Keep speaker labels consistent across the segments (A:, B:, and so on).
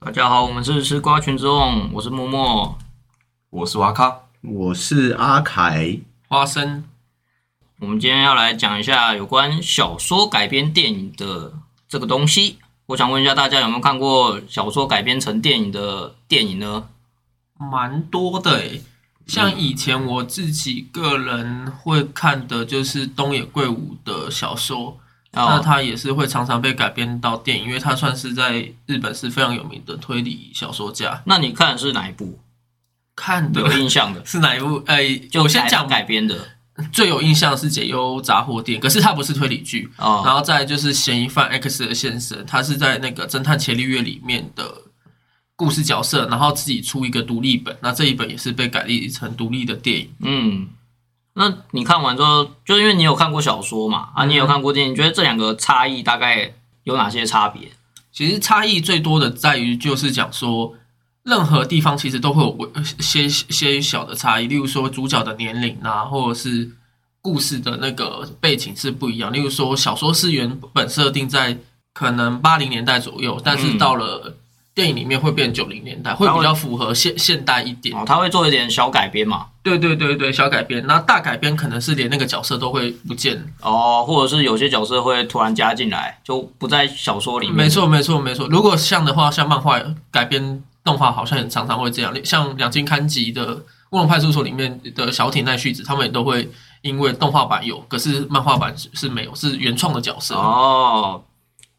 A: 大家好，我们是吃瓜群众，我是默默。
B: 我是瓦卡，
C: 我是阿凯，
D: 花生
A: 我们今天要来讲一下有关小说改编电影的这个东西。我想问一下大家有没有看过小说改编成电影的电影呢？
D: 蛮多的诶，像以前我自己个人会看的就是东野圭吾的小说，那
A: 哦，
D: 它也是会常常被改编到电影，因为它算是在日本是非常有名的推理小说家。
A: 那你看的是哪一部
D: 看的
A: 有印象的？
D: 是哪一部？哎，
A: 嗯就
D: 我先
A: 改
D: 讲
A: 改编的
D: 最有印象是《解忧杂货店》，可是它不是推理剧。然
A: 哦，
D: 后再来就是嫌疑犯 X 的先生，他是在那个侦探伽利略里面的故事角色，然后自己出一个独立本，那这一本也是被改立成独立的电影。
A: 嗯。那你看完之后，就是因为你有看过小说嘛，啊，
D: 嗯
A: 你有看过电影，你觉得这两个差异大概有哪些差别？
D: 其实差异最多的在于就是讲说，任何地方其实都会有微些些小的差异，例如说主角的年龄啊，或者是故事的那个背景是不一样。例如说小说是原本设定在可能八零年代左右，但是
A: 嗯
D: 到了电影里面会变九零年代，会比较符合现现代一点。
A: 哦，他会做一点小改编嘛，
D: 对对对对，小改编。那大改编可能是连那个角色都会不见了。
A: 哦，或者是有些角色会突然加进来，就不在小说里面。
D: 没错没错没错。如果像的话，像漫画改编动画，好像也常常会这样。像两金刊集的《乌龙派出所》里面的小铁奈绪子，他们也都会因为动画版有，可是漫画版是是没有，是原创的角色。
A: 哦，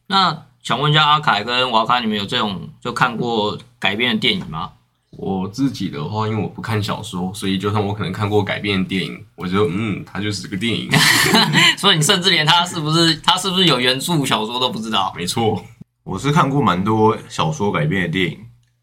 A: 那想问一下阿凯跟瓦卡，你们有这种就看过改编的电影吗？
B: 我自己的话，因为我不看小说，所以就算我可能看过改编的电影，我觉得嗯，它就是个电影，
A: 所以你甚至连他是不是他是不是有原著小说都不知道。
B: 没错。
C: 我是看过蛮多小说改编的电影，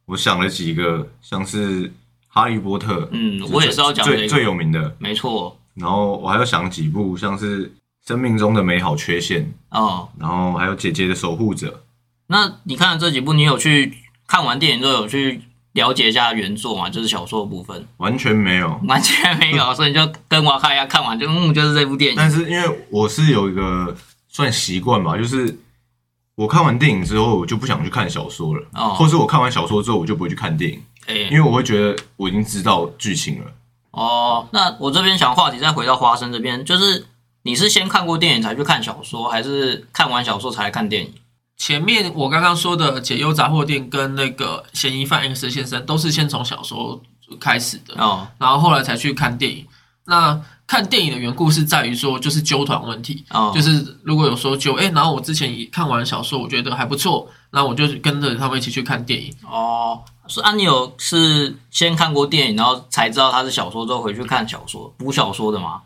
C: 我想了几个，像是《哈利波特》，
A: 嗯
C: 最，
A: 我也是要讲这
C: 最最
A: 个，
C: 有名的，
A: 没错。
C: 然后我还有想几部，像是《生命中的美好缺陷》，
A: 哦，
C: 然后还有《姐姐的守护者
A: 那你看了这几部，你有去看完电影之后有去了解一下原作吗？就是小说的部分，》，
C: 完全没有。
A: 完全没有，所以你就跟瓦卡一样看完就嗯，就是这部电影。
C: 但是因为我是有一个算习惯吧，就是我看完电影之后，我就不想去看小说了，
A: 哦
C: 或是我看完小说之后，我就不会去看电影，
A: 哎、
C: 因为我会觉得我已经知道剧情了。
A: 哦，那我这边想话题再回到花生这边，就是你是先看过电影才去看小说，还是看完小说才来看电影？
D: 前面我刚刚说的《解忧杂货店》跟那个《嫌疑犯 X 先生》都是先从小说开始的。
A: 哦，
D: 然后后来才去看电影。那看电影的缘故是在于说，就是纠团问题，
A: 哦
D: 就是如果有说纠，哎、然后我之前也看完小说，我觉得还不错，然后我就跟着他们一起去看电影。
A: 哦，是啊，你有是先看过电影，然后才知道它是小说，之后回去看小说补小说的吗？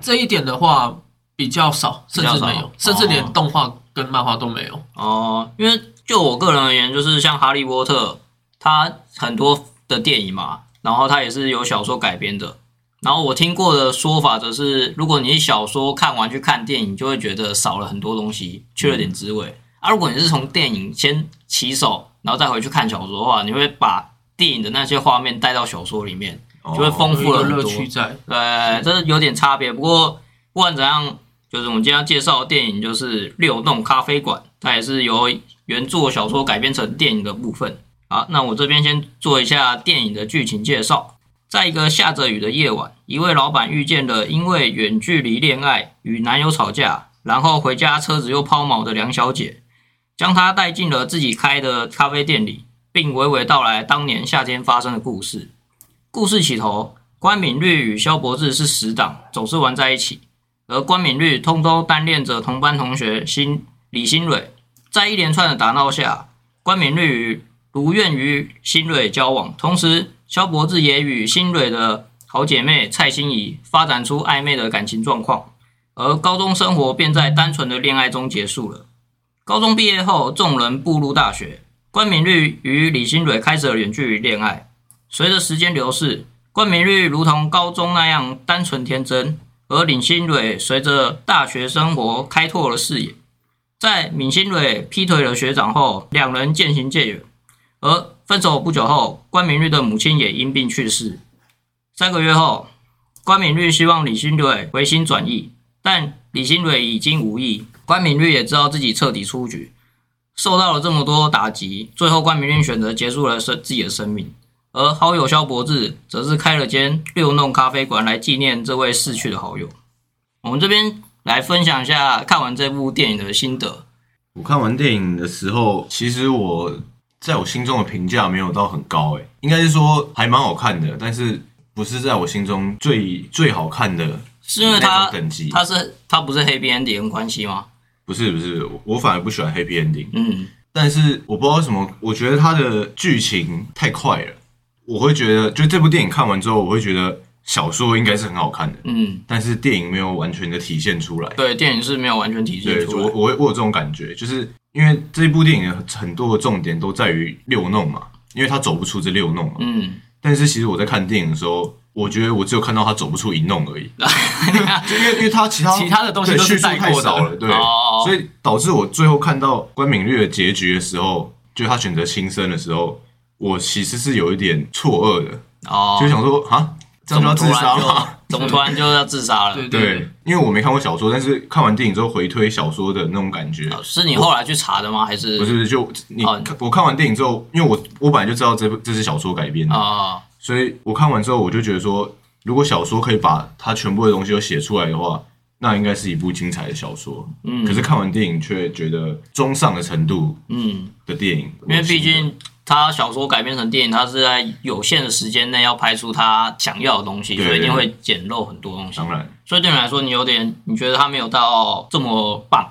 D: 这一点的话比较少，
A: 比
D: 甚
A: 较少
D: 至没有
A: 哦，
D: 甚至连动画跟漫画都没有。
A: 哦，因为就我个人而言，就是像《哈利波特》，它很多的电影嘛，然后它也是由小说改编的。然后我听过的说法则是，如果你小说看完去看电影，就会觉得少了很多东西，缺
D: 嗯
A: 了点滋味。啊，如果你是从电影先起手，然后再回去看小说的话，你会把电影的那些画面带到小说里面，
C: 哦
A: 就会丰
D: 有一
A: 富了
D: 个
A: 很多。
D: 乐趣在，
A: 呃，这有点差别。不过不管怎样，就是我们今天要介绍的电影就是《六栋咖啡馆》，它也是由原作小说改编成电影的部分。好，那我这边先做一下电影的剧情介绍。在一个下着雨的夜晚，一位老板遇见了因为远距离恋爱与男友吵架，然后回家车子又抛锚的梁小姐，将她带进了自己开的咖啡店里，并娓娓道来当年夏天发生的故事。故事起头，关敏律与萧伯志是死党，总是玩在一起。而关敏律通通单恋着同班同学新李新蕊，在一连串的打闹下，关敏律与如愿与新蕊交往，同时萧伯志也与新蕊的好姐妹蔡欣怡发展出暧昧的感情状况，而高中生活便在单纯的恋爱中结束了。高中毕业后，众人步入大学，关敏律与李新蕊开始了远距离恋爱。随着时间流逝，关明律如同高中那样单纯天真，而闵新蕊随着大学生活开拓了视野。在闵新蕊劈腿了学长后，两人渐行渐远。而分手不久后，关明律的母亲也因病去世。三个月后，关明律希望李新蕊回心转意，但李新蕊已经无意。关明律也知道自己彻底出局，受到了这么多打击，最后关明令选择结束了生自己的生命，而好友萧伯志则是开了间六弄咖啡馆来纪念这位逝去的好友。我们这边来分享一下看完这部电影的心得。
C: 我看完电影的时候，其实我在我心中的评价没有到很高、欸，诶，应该是说还蛮好看的，但是不是在我心中最最好看的
A: 是因为它
C: 那种等级
A: 它是它不是黑 a 点关系吗？
C: 不是不是，我我反而不喜欢 Happy Ending，
A: 嗯，
C: 但是我不知道为什么，我觉得它的剧情太快了，我会觉得，就这部电影看完之后，我会觉得小说应该是很好看的，
A: 嗯，
C: 但是电影没有完全的体现出来。
A: 对，电影是没有完全体现
C: 对，
A: 出
C: 我
A: 来。
C: 我会我有这种感觉，就是因为这部电影的很多的重点都在于六弄嘛，因为他走不出这六弄嘛。
A: 嗯，
C: 但是其实我在看电影的时候，我觉得我只有看到他走不出一弄而已，就因为因为他其他
D: 其他的东西
C: 对
D: 都是
C: 叙述
D: 带过
C: 太
D: 的
C: 少了，对，
A: 哦
C: 所以导致我最后看到关敏律的结局的时候，就是他选择轻生的时候，我其实是有一点错愕的，
A: 哦，
C: 就想说啊，这
A: 怎
C: 样就
A: 么
C: 要
A: 突
C: 自杀
A: 然
C: 吗？
A: 就怎么突然就要自杀了？
D: 对
C: 对，因为我没看过小说，但是看完电影之后回推小说的那种感觉，
A: 哦是你后来去查的吗？还
C: 不
A: 是
C: 是不是，就你、
A: 哦
C: 我看完电影之后，因为我我本来就知道这部这是小说改编的，
A: 啊？
C: 所以我看完之后我就觉得说，如果小说可以把它全部的东西都写出来的话，那应该是一部精彩的小说。
A: 嗯
C: 可是看完电影却觉得中上的程度
A: 嗯，
C: 的电影，
A: 因为
C: 我是
A: 毕竟他小说改编成电影，他是在有限的时间内要拍出他想要的东西，
C: 对
A: 所以一定会简陋很多东西。
C: 当然
A: 所以对你来说，你有点你觉得他没有到这么棒，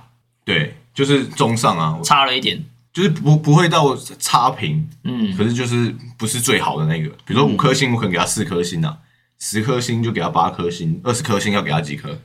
C: 对，就是中上啊，
A: 差了一点。
C: 就是不不会到差评，
A: 嗯
C: 可是就是不是最好的那个。比如说五颗星，我可能给他四颗星啊。十颗星就给他八颗星，二十颗星要给他几颗？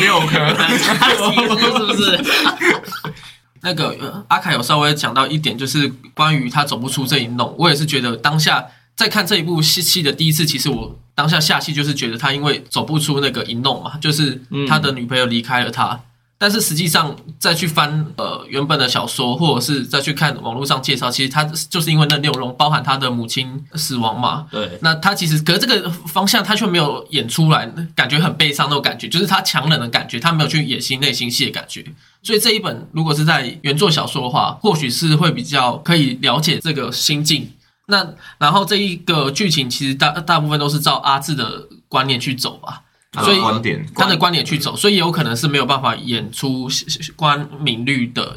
B: 六颗。
A: 是不是？
D: 那个呃阿凯有稍微讲到一点，就是关于他走不出这一弄。我也是觉得当下在看这一部戏戏的第一次，其实我当下下戏就是觉得他因为走不出那个一弄嘛，就是他的女朋友离开了他。但是实际上再去翻呃原本的小说，或者是再去看网络上介绍，其实他就是因为那六龙包含他的母亲死亡嘛，
A: 对，
D: 那他其实，可是这个方向他却没有演出来，感觉很悲伤那种感觉，就是他强忍的感觉，他没有去演戏内心戏的感觉。所以这一本如果是在原作小说的话，或许是会比较可以了解这个心境。那然后这一个剧情其实大大部分都是照阿志的观念去走吧，
C: 他
D: 所以
C: 的啊观点
D: 他的观点去走，所以有可能是没有办法演出关敏律的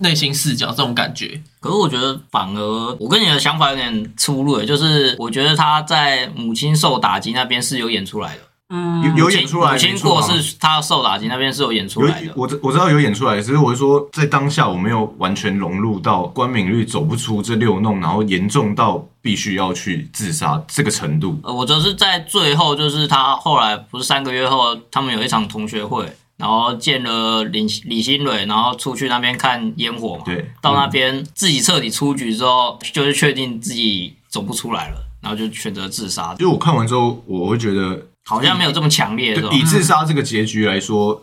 D: 内心视角这种感觉。
A: 可是我觉得反而我跟你的想法有点出入，欸就是我觉得他在母亲受打击那边是有演出来的，
D: 嗯
C: 有演出来
A: 母亲
C: 没
A: 过
C: 错啊
A: 世，他受打击那边是有演出
C: 有
A: 来的。
C: 我知我知道有演出来，只是我是说在当下我没有完全融入到关敏律走不出这六弄，然后严重到必须要去自杀这个程度。
A: 呃，我则是在最后，就是他后来不是三个月后，他们有一场同学会，然后见了李李新蕊，然后出去那边看烟火嘛。
C: 对，
A: 到那边自己彻底出局之后，就是确定自己走不出来了，然后就选择自杀，
C: 就是我看完之后，我会觉得，
A: 好像没有这么强烈，是
C: 就
A: 吧？
C: 以自杀这个结局来说，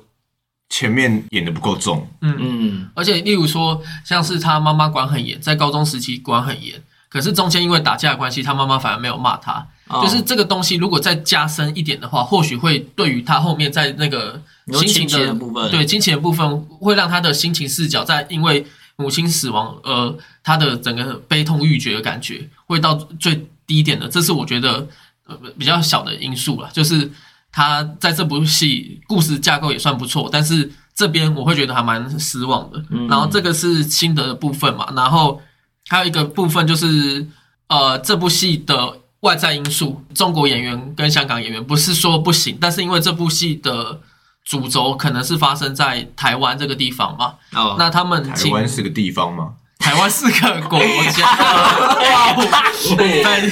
C: 前面演的不够重。
A: 嗯，
D: 而且，例如说，像是他妈妈管很严，在高中时期管很严，可是中间因为打架的关系，他妈妈反而没有骂他。
A: 哦
D: 就是这个东西，如果再加深一点的话，或许会对于他后面在那个
A: 你说
D: 心
A: 亲
D: 情
A: 情
D: 的
A: 的部分
D: 对亲情的部分，会让他的心情视角在因为母亲死亡，呃，他的整个悲痛欲绝的感觉会到最低点的。这是我觉得呃比较小的因素了，就是他在这部戏故事架构也算不错，但是这边我会觉得还蛮失望的。
A: 嗯
D: 然后这个是心得的部分嘛，然后还有一个部分就是呃这部戏的。外在因素，中国演员跟香港演员不是说不行，但是因为这部戏的主轴可能是发生在台湾这个地方嘛，
A: 哦，
D: 那他们
C: 啊台
D: 请
C: 湾是个地方吗？
D: 台湾是个国 家，哇哦，在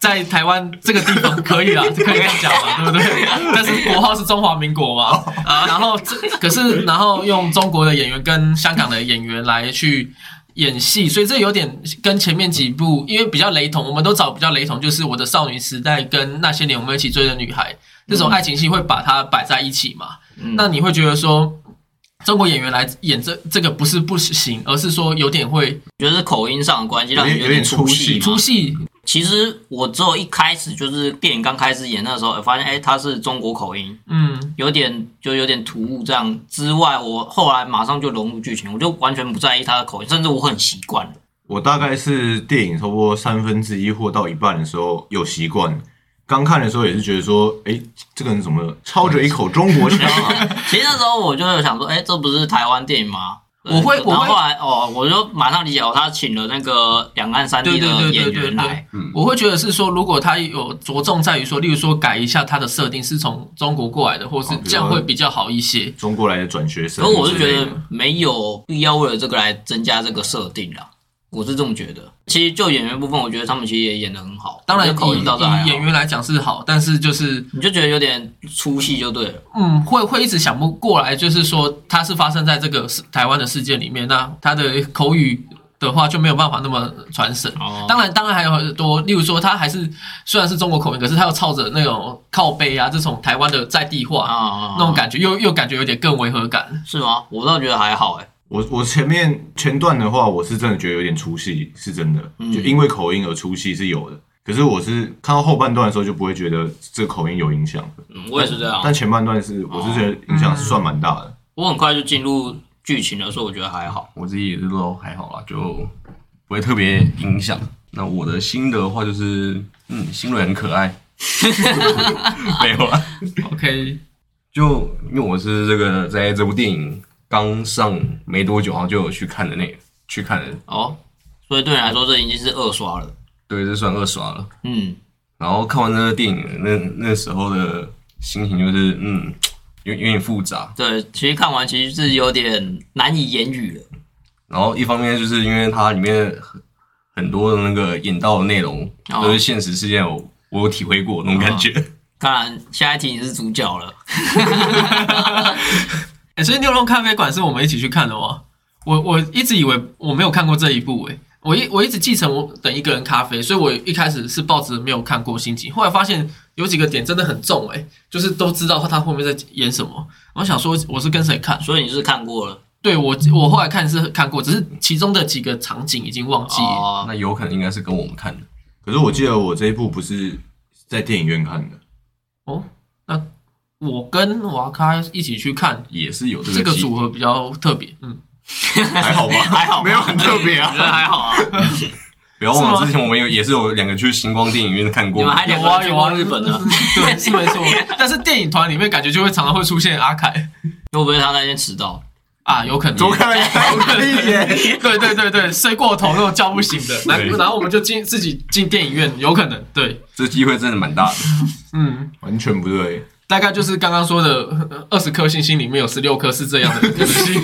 D: 在台湾这个地方可以啦，可以这样讲嘛，对不对？但是国号是中华民国嘛，啊然后这可是然后用中国的演员跟香港的演员来去。演戏，所以这有点跟前面几部因为比较雷同，我们都找比较雷同，就是我的少女时代跟那些年我们一起追的女孩这种爱情戏会把它摆在一起嘛？
A: 嗯
D: 那你会觉得说中国演员来演这这个不是不行，而是说有点会
A: 觉得是口音上的关系，让你
C: 有点有点
A: 出
C: 出戏
A: 嘛
D: 出戏
A: 其实我只有一开始就是电影刚开始演那时候，呃发现哎、他是中国口音，
D: 嗯，
A: 有点就有点突兀这样之外，我后来马上就融入剧情，我就完全不在意他的口音，甚至我很习惯了。
C: 我大概是电影差不多三分之一或到一半的时候有习惯，刚看的时候也是觉得说，哎、这个人怎么操着一口中国腔啊？
A: 其实那时候我就有想说，哎、这不是台湾电影吗？对
D: 我会
A: 然后
D: 我会
A: 后来哦，我就马上理解哦，他请了那个两岸三地
D: 对对
A: 的
D: 对对
A: 演
D: 对
A: 员来
D: 对，，我会觉得是说，如果他有着重在于说，例如说改一下他的设定是从中国过来的，或是
C: 哦比如说
D: 这样会比较好一些。
C: 中国来的转学生
A: 可
C: 之类的，
A: 我是觉得没有必要为了这个来增加这个设定啦，我是这么觉得。其实就演员部分，我觉得他们其实也演得很好，
D: 当然
A: 我
D: 以，
A: 觉得口音倒是还
D: 以
A: 好
D: 演员来讲是好，但是就是
A: 你就觉得有点出戏就对了。
D: 嗯，会会一直想不过来，就是说它是发生在这个事台湾的事件里面，那他的口语的话就没有办法那么传神。
A: 哦
D: 当然，当然还有很多，例如说他还是虽然是中国口音，可是他又操着那种靠背啊这种台湾的在地
A: 啊
D: 化、
A: 啊，啊
D: 那种感觉，又又感觉有点更违和感。
A: 是吗？我倒觉得还好哎、
C: 我我前面前段的话，我是真的觉得有点出戏，是真的，
A: 嗯
C: 就因为口音而出戏是有的。可是我是看到后半段的时候，就不会觉得这口音有影响的。
A: 嗯，我也是这样，
C: 但前半段是，我是觉得影响是算蛮大的。
A: 我很快就进入剧情了，所以我觉得还好。
B: 我自己也是都还好啦，就不会特别影响。那我的心得话就是，嗯，新蕊很可爱，没有啦。
D: OK，
B: 就因为我是这个在这部电影刚上没多久，然后就有去看的那个，去看的，
A: 哦，所以对你来说这已经是二刷了。
B: 对，这算二刷了。
A: 嗯，
B: 然后看完那个电影，那那时候的心情就是，嗯，有有点复杂。
A: 对，其实看完其实是有点难以言语了。
B: 然后一方面就是因为它里面很很多的那个引导的内容
A: 哦
B: 都是现实事件有，我我有体会过那种感觉。
A: 当然，下一题你是主角了。
D: 哎、所以牛龙咖啡馆是我们一起去看的吗？我我一直以为我没有看过这一部、诶，我一我一直继承我等一个人咖啡，所以我一开始是抱着没有看过心情，后来发现有几个点真的很重、诶，就是都知道他后面在演什么。我想说我是跟谁看，
A: 所以你是看过了
D: 对我我后来看是看过，只是其中的几个场景已经忘记了。
A: 哦，
B: 那有可能应该是跟我们看的，
C: 可是我记得我这一部不是在电影院看的，
D: 那我跟瓦咖一起去看，
B: 也是有这
D: 这个
B: 机
D: 组 合比较特别，嗯，
C: 还好吧？
A: 还好吧
C: 没有很特别啊
A: 你觉得还好 啊。
B: 不要忘
D: 是吗
B: 了，之前我们有也是有两个去星光电影院看过
A: 你们。还两
D: 有
A: 个
D: 啊
A: 人去
D: 有
A: 过
D: 啊，
A: 日本的，
D: 对，是没错。但是电影团里面感觉就会常常会出现阿凯
A: 会不会他那天迟到？
D: 啊，有可能。
C: 怎么 看了一眼？
D: 对对对对，睡过头那种叫不醒 的，然后
B: 对
D: 然后我们就进自己进电影院，有可能对，
B: 这机会真的蛮大的。
D: 嗯，
C: 完全不对。
D: 大概就是刚刚说的二十颗星星里面有十六颗是这样的可能性。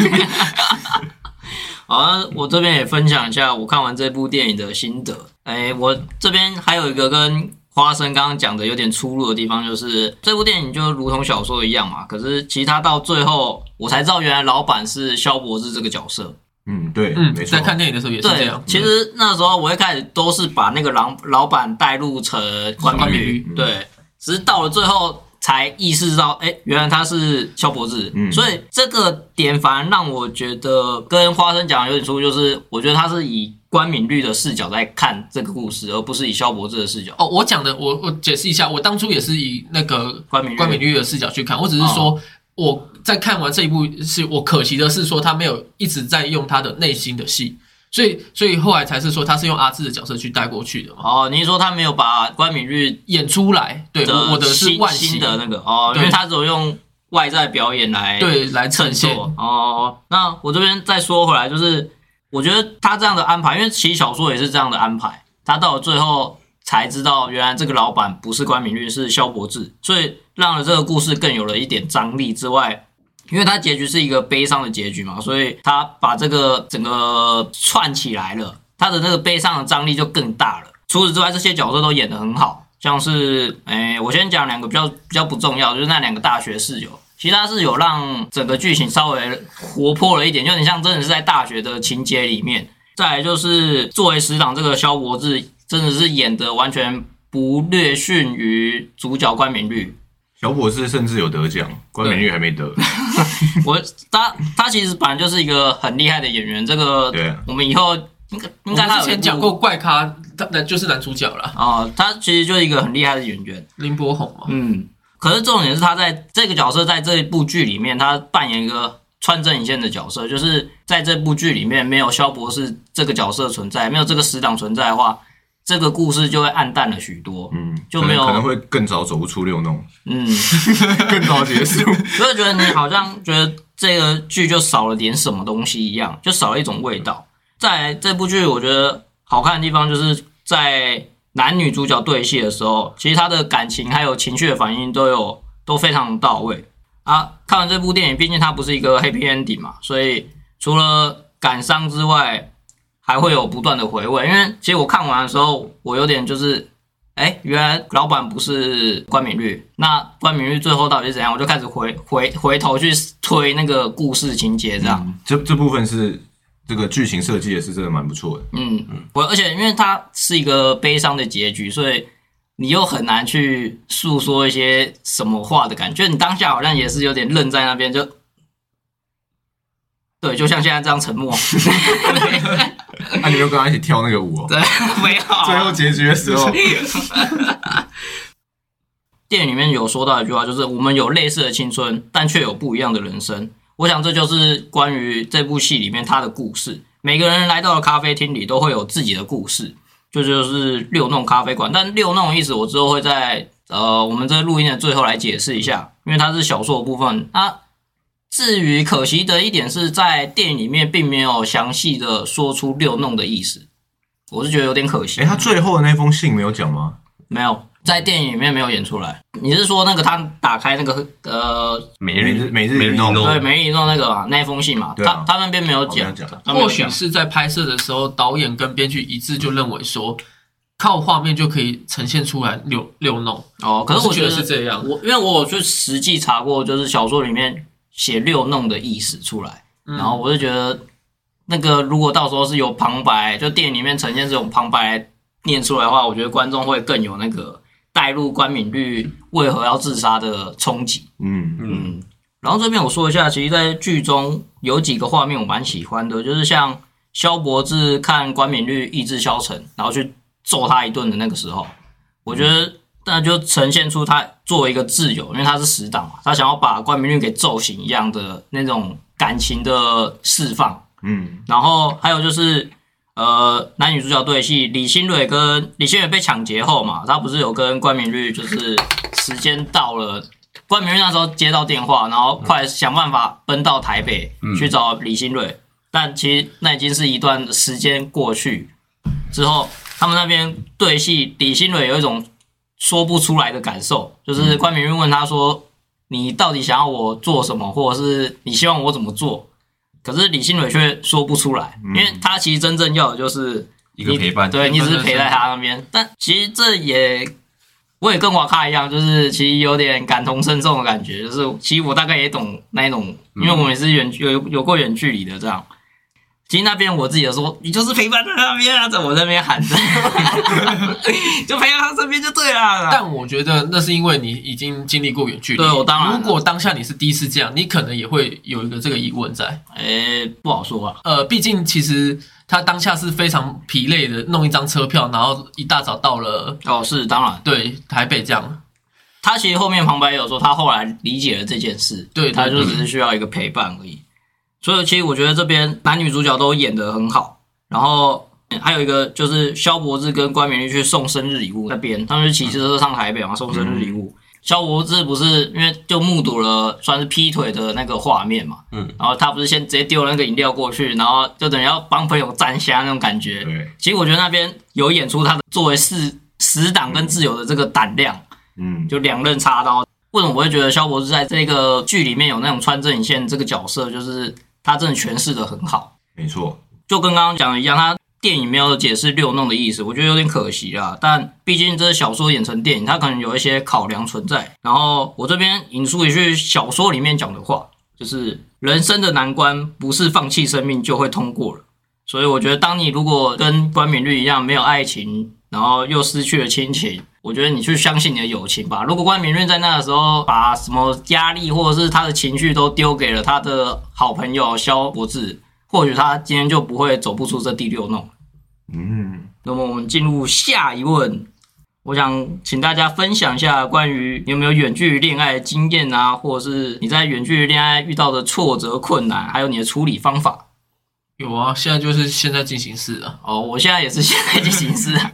A: 好，那我这边也分享一下我看完这部电影的心得。哎、我这边还有一个跟花生刚刚讲的有点出入的地方，就是这部电影就如同小说一样嘛。可是其他到最后，我才知道原来老板是萧博士这个角色。
C: 嗯，对，
D: 嗯
C: 没，错
D: 在。看电影的时候也是这
A: 对
D: 样，。
A: 其实那时候我一开始都是把那个老老板带入成关
D: 关
A: 关
D: 明
A: 宇，对，只是到了最后才意识到，哎、原来他是萧伯志，
C: 嗯
A: 所以这个点反而让我觉得跟花生讲的有点出入，就是我觉得他是以关敏律的视角在看这个故事，而不是以萧伯志的视角。
D: 哦，我讲的，我我解释一下，我当初也是以那个
A: 关敏律哦
D: 关美律的视角去看，我只是说、我在看完这一部是我可惜的是说他没有一直在用他的内心的戏，所以所以后来才是说他是用阿志的角色去带过去的嘛，
A: 哦，你是说他没有把关敏律
D: 演出来，对，
A: 的
D: 我我的是
A: 新
D: 万
A: 新
D: 幸
A: 的那个哦，因
D: 对
A: 为他只有用外在表演来
D: 对来呈现，
A: 哦。那我这边再说回来，就是我觉得他这样的安排，因为其实小说也是这样的安排，他到了最后才知道，原来这个老板不是关敏律，是萧伯志，所以让了这个故事更有了一点张力之外。因为他结局是一个悲伤的结局嘛，所以他把这个整个串起来了，他的那个悲伤的张力就更大了。除此之外，这些角色都演得很好，像是诶、我先讲两个比较比较不重要，就是那两个大学室友，其他是有让整个剧情稍微活泼了一点，就有点像真的是在大学的情节里面。再来就是作为师长这个萧伯志，真的是演得完全不略逊于主角关敏律，
C: 小博士甚至有得奖，关美玉还没得。
A: 嗯我他他其实本来就是一个很厉害的演员，这个
C: 对
A: 我们以后应该
D: 我
A: 应该
D: 们
A: 他有
D: 之
A: 一
D: 前
A: 部
D: 讲过怪咖，他那就是男主角啦，
A: 哦，他其实就是一个很厉害的演员，
D: 林柏宏嘛。
A: 嗯，可是重点是他在这个角色在这部剧里面，他扮演一个穿针引线的角色，就是在这部剧里面没有肖博士这个角色存在，没有这个死党存在的话，这个故事就会暗淡了许多。
C: 嗯，
A: 就
C: 可能
A: 没有
C: 可能会更早走不出六 弄，
A: 嗯，
C: 更早结束。
A: 所以觉得你好像觉得这个剧就少了点什么东西一样，就少了一种味道。再来这部剧，我觉得好看的地方就是在男女主角对戏的时候，其实他的感情还有情绪的反应都有都非常到位啊。看完这部电影，毕竟它不是一个 happy ending 嘛，所以除了感伤之外，还会有不断的回味。因为其实我看完的时候，我有点就是哎，原来老板不是关敏律，那关敏律最后到底是怎样？我就开始回回回头去推那个故事情节，这样，
C: 这这部分是这个剧情设计也是真的蛮不错的。
A: 嗯，我而且因为它是一个悲伤的结局，所以你又很难去诉说一些什么话的感觉，你当下好像也是有点愣在那边，就，对，就像现在这样沉默，
C: 啊，你没有跟他一起跳那个舞哦？
A: 对，没有啊，
C: 最后结局的时候，
A: 电影里面有说到一句话，就是我们有类似的青春，但却有不一样的人生。我想这就是关于这部戏里面他的故事。每个人来到了咖啡厅里，都会有自己的故事。这就是六弄咖啡馆，但六弄的意思我之后会在呃我们这录音的最后来解释一下，因为它是小说的部分。那、至于可惜的一点是在电影里面并没有详细的说出六弄的意思，我是觉得有点可惜。
C: 哎、他最后的那封信没有讲吗？
A: 没有在电影里面没有演出来。你是说那个他打开那个呃，
B: 每日
C: 每日
B: 每日
C: 运动
B: 运动
A: 对，梅姨弄那个嘛，那一封信嘛？
C: 对啊
A: 他他那边没有
C: 好没有
A: 讲，
C: 讲。
A: 他没有
D: 或许啊
A: 讲
D: 是在拍摄的时候，导演跟编剧一致就认为说，靠画面就可以呈现出来六六弄。
A: 哦。可是我
D: 我是
A: 觉
D: 觉
A: 得
D: 得是这样
A: 我因为我有去实际查过，就是小说里面写六弄的意思出来，
D: 嗯
A: 然后我就觉得那个如果到时候是有旁白，就电影里面呈现这种旁白念出来的话，我觉得观众会更有那个带入关敏律为何要自杀的冲击。
C: 嗯，
B: 嗯，
A: 然后这边我说一下，其实，在剧中有几个画面我蛮喜欢的，就是像萧伯志看关敏律意志消沉，然后去揍他一顿的那个时候，我觉得那就呈现出他作为一个挚友，因为他是死党嘛，他想要把关敏律给揍醒一样的那种感情的释放。
C: 嗯，
A: 然后还有就是，呃，男女主角对戏，李新蕊跟李新蕊被抢劫后嘛，他不是有跟关明律就是时间到了，关明律那时候接到电话，然后快想办法奔到台北、去找李新蕊，但其实那已经是一段时间过去之后，他们那边对戏，李新蕊有一种说不出来的感受，就是关明律问他说。你到底想要我做什么，或者是你希望我怎么做？可是李新蕊却说不出来，因为他其实真正要的就是
B: 嗯一个陪伴，
A: 对你只是陪在他那边，但其实这也我也跟瓦卡一样，就是其实有点感同身受的感觉，就是其实我大概也懂那一种，
B: 嗯
A: 因为我们也是远有有过远距离的这样。其实那边我自己也说，你就是陪伴在那边啊，怎么在那边喊 着， 就陪在他身边就啊对了啦。
D: 但我觉得那是因为你已经经历过远距离。
A: 对我当然了
D: 如果当下你是第一次这样，你可能也会有一个这个疑问在。
A: 诶、不好说啊。
D: 呃，毕竟其实他当下是非常疲累的，弄一张车票，然后一大早到了
A: 哦，是当然，
D: 对台北这样。
A: 他其实后面旁白也有说，他后来理解了这件事，
D: 对
A: 他
D: 对
A: 就只是需要一个陪伴而已。所以其实我觉得这边男女主角都演得很好，然后嗯还有一个就是萧伯志跟关敏律去送生日礼物那边，他们是骑车上台北嘛，送生日礼
D: 嗯
A: 物。萧伯志不是因为就目睹了算是劈腿的那个画面嘛，
B: 嗯，
A: 然后他不是先直接丢了那个饮料过去，然后就等于要帮朋友站下那种感觉，
C: 对，
A: 其实我觉得那边有演出他的作为是死党跟挚友的这个胆量，
C: 嗯，
A: 就两刃插刀。为什么我会觉得萧博士在这个剧里面有那种穿针引线这个角色，就是他真的诠释的很好，
C: 没错，
A: 就跟刚刚讲的一样，他电影没有解释六弄的意思，我觉得有点可惜啦。但毕竟这是小说演成电影，它可能有一些考量存在。然后我这边引述一句小说里面讲的话，就是人生的难关不是放弃生命就会通过了。所以我觉得，当你如果跟关敏律一样没有爱情，然后又失去了亲情，我觉得你去相信你的友情吧。如果关敏律在那个时候把什么压力或者是他的情绪都丢给了他的好朋友萧博志，或许他今天就不会走不出这第六弄。
C: 嗯，
A: 那么我们进入下一问，我想请大家分享一下关于你有没有远距离恋爱的经验啊，或者是你在远距离恋爱遇到的挫折、困难，还有你的处理方法。
D: 有啊，现在就是现在进行式啊，
A: 哦，我现在也是现在进行式啊，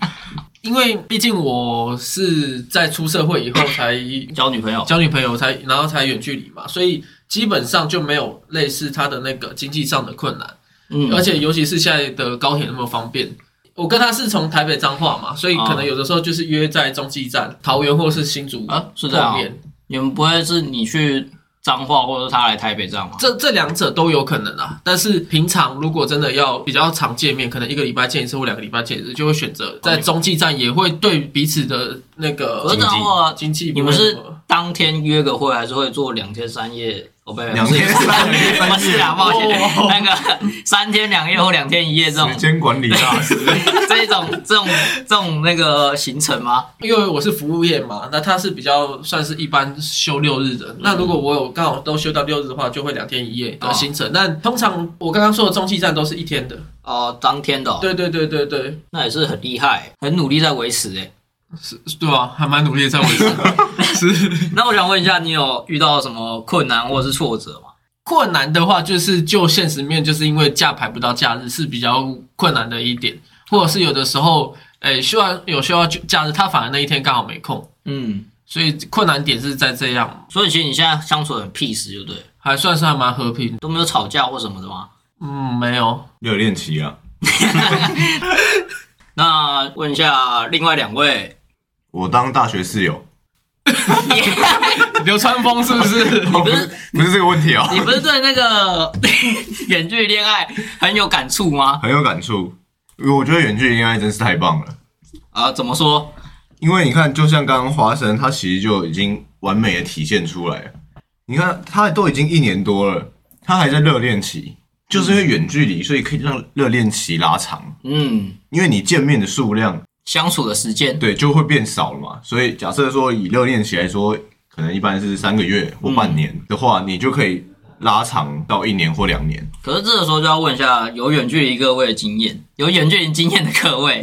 D: 因为毕竟我是在出社会以后才
A: 交女朋友。
D: 交女朋友才，然后才远距离嘛，所以基本上就没有类似他的那个经济上的困难，
A: 嗯，
D: 而且尤其是现在的高铁那么方便。我跟他是从台北彰化嘛，所以可能有的时候就是约在中继站、桃园或是新竹
A: 哦啊是这样
D: 碰
A: 哦
D: 面，
A: 你们不会是你去彰化，或者是他来台北这样吗？
D: 这这两者都有可能啊。但是平常如果真的要比较常见面，可能一个礼拜见一次或两个礼拜见一次，就会选择在中继站，也会对彼此的那
A: 可
D: 个
A: 是彰化，
D: 哦经济
A: 你
D: 不会
A: 们
D: 那么。
A: 是当天约个会，还是会做两天三夜？哦，不，不
C: 两天三夜哦
A: 不是不是啊，抱歉，那个三天两夜或两天一夜这种
C: 时间管理大师，
A: 这种这种这种那个行程吗？
D: 因为我是服务业嘛，那他是比较算是一般休六日的。那如果我有刚好都休到六日的话，就会两天一夜的行程。那、通常我刚刚说的中继站都是一天的。
A: 哦，当天的哦、
D: 对对对对对，
A: 那也是很厉害，很努力在维持哎。
D: 对啊，还蛮努力的在维持。
A: 那我想问一下，你有遇到什么困难或者是挫折吗？
D: 困难的话，就是就现实面，就是因为假排不到假日是比较困难的一点，或者是有的时候，诶、需要有需要假日，他反而那一天刚好没空，
A: 嗯，
D: 所以困难点是在这样，
A: 所以其实你现在相处得很 peace，就对，
D: 还算是还蛮和平的。
A: 都没有吵架或什么的吗？
D: 嗯，没有，
C: 热恋期啊。
A: 那问一下另外两位，
C: 我当大学室友，
D: 流川枫是不是？
C: 哦不是不是这个问题哦，
A: 你不是对那 个远距离恋爱很有感触吗？
C: 很有感触。我觉得远距离恋爱真是太棒了，
A: 啊，怎么说？
C: 因为你看，就像刚刚花生，他其实就已经完美的体现出来了。你看，他都已经一年多了，他还在热恋期，就是因为远距离，所以可以让热恋期拉长，
A: 嗯，
C: 因为你见面的数量
A: 相处的时间，
C: 对就会变少了嘛。所以假设说以热恋期来说，可能一般是三个月或半年的话，你就可以拉长到一年或两年。
A: 可是这个时候就要问一下有远距离各位的经验，有远距离经验的各位，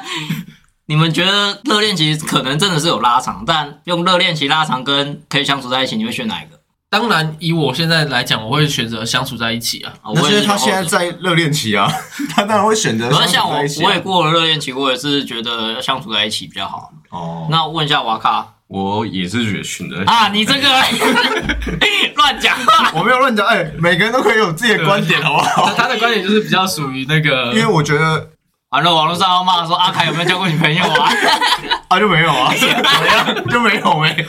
A: 你们觉得热恋期可能真的是有拉长，但用热恋期拉长跟可以相处在一起，你会选哪一个？
D: 当然，以我现在来讲，我会选择相处在一起啊。
A: 啊
C: 那
A: 我
C: 是因
A: 也
C: 为
A: 是
C: 他现在
A: 后者
C: 在热恋期啊， 他当然会选择
A: 可
C: 相
A: 是像
C: 处
A: 我，
C: 在一起
A: 我也
C: 啊。
A: 过了热恋期，我也是觉得相处在一起比较好。
C: 哦，
A: 那问一下瓦卡
B: 我也是觉得选择
A: 啊，你这个 乱讲话，
C: 我没有乱讲，哎，每个人都可以有自己的观 点，好不好？
D: 那他的观点就是比较属于那个
C: 因为我觉得
A: 完了网络上要骂说阿凯有没有交过女朋友啊？
C: 啊就没有 啊， 就没有没。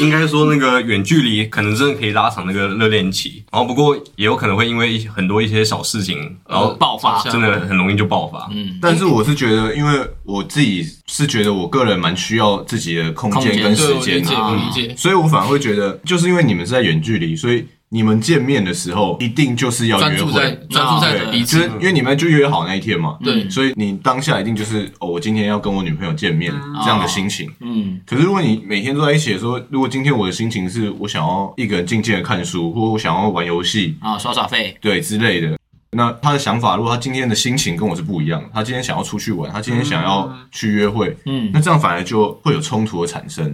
B: 应该说那个远距离可能真的可以拉长那个热恋期，然后不过也有可能会因为一些很多一些小事情，然后
A: 爆发，
B: 真的很容易就爆发。
A: 嗯，
C: 但是我是觉得，因为我自己是觉得我个人蛮需要自己的空
A: 空
C: 间
A: 间
C: 跟
D: 对
C: 时
D: 我理
C: 间
D: 解，
C: 的，
D: 我
A: 啊
D: 理解。
C: 所以我反而会觉得，就是因为你们是在远距离，所以你们见面的时候一定就是要
D: 专
C: 约
D: 注在
C: 会。
D: 专注在
C: 对，
D: 彼
C: 就是
D: 此，
C: 因为你们就约好那一天嘛，
D: 对
A: 嗯
C: 所以你当下一定就是哦，我今天要跟我女朋友见面这样的心
D: 哦
C: 情。
A: 嗯，
C: 可是如果你每天都在一起的时候，如果今天我的心情是我想要一个人静静的看书，或我想要玩游戏，
A: 啊，耍耍废，
C: 对之类的，那他的想法，如果他今天的心情跟我是不一样，他今天想要出去玩，他今天想要去约会，
A: 嗯，
C: 那这样反而就会有冲突的产生。